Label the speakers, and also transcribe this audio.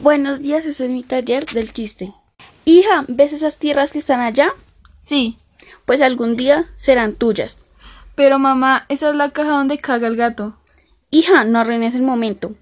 Speaker 1: Buenos días, este es mi taller del chiste. Hija, ¿ves esas tierras que están allá?
Speaker 2: Sí,
Speaker 1: Pues algún día serán tuyas.
Speaker 2: pero mamá, esa es la caja donde caga el gato.
Speaker 1: Hija, no arruines el momento.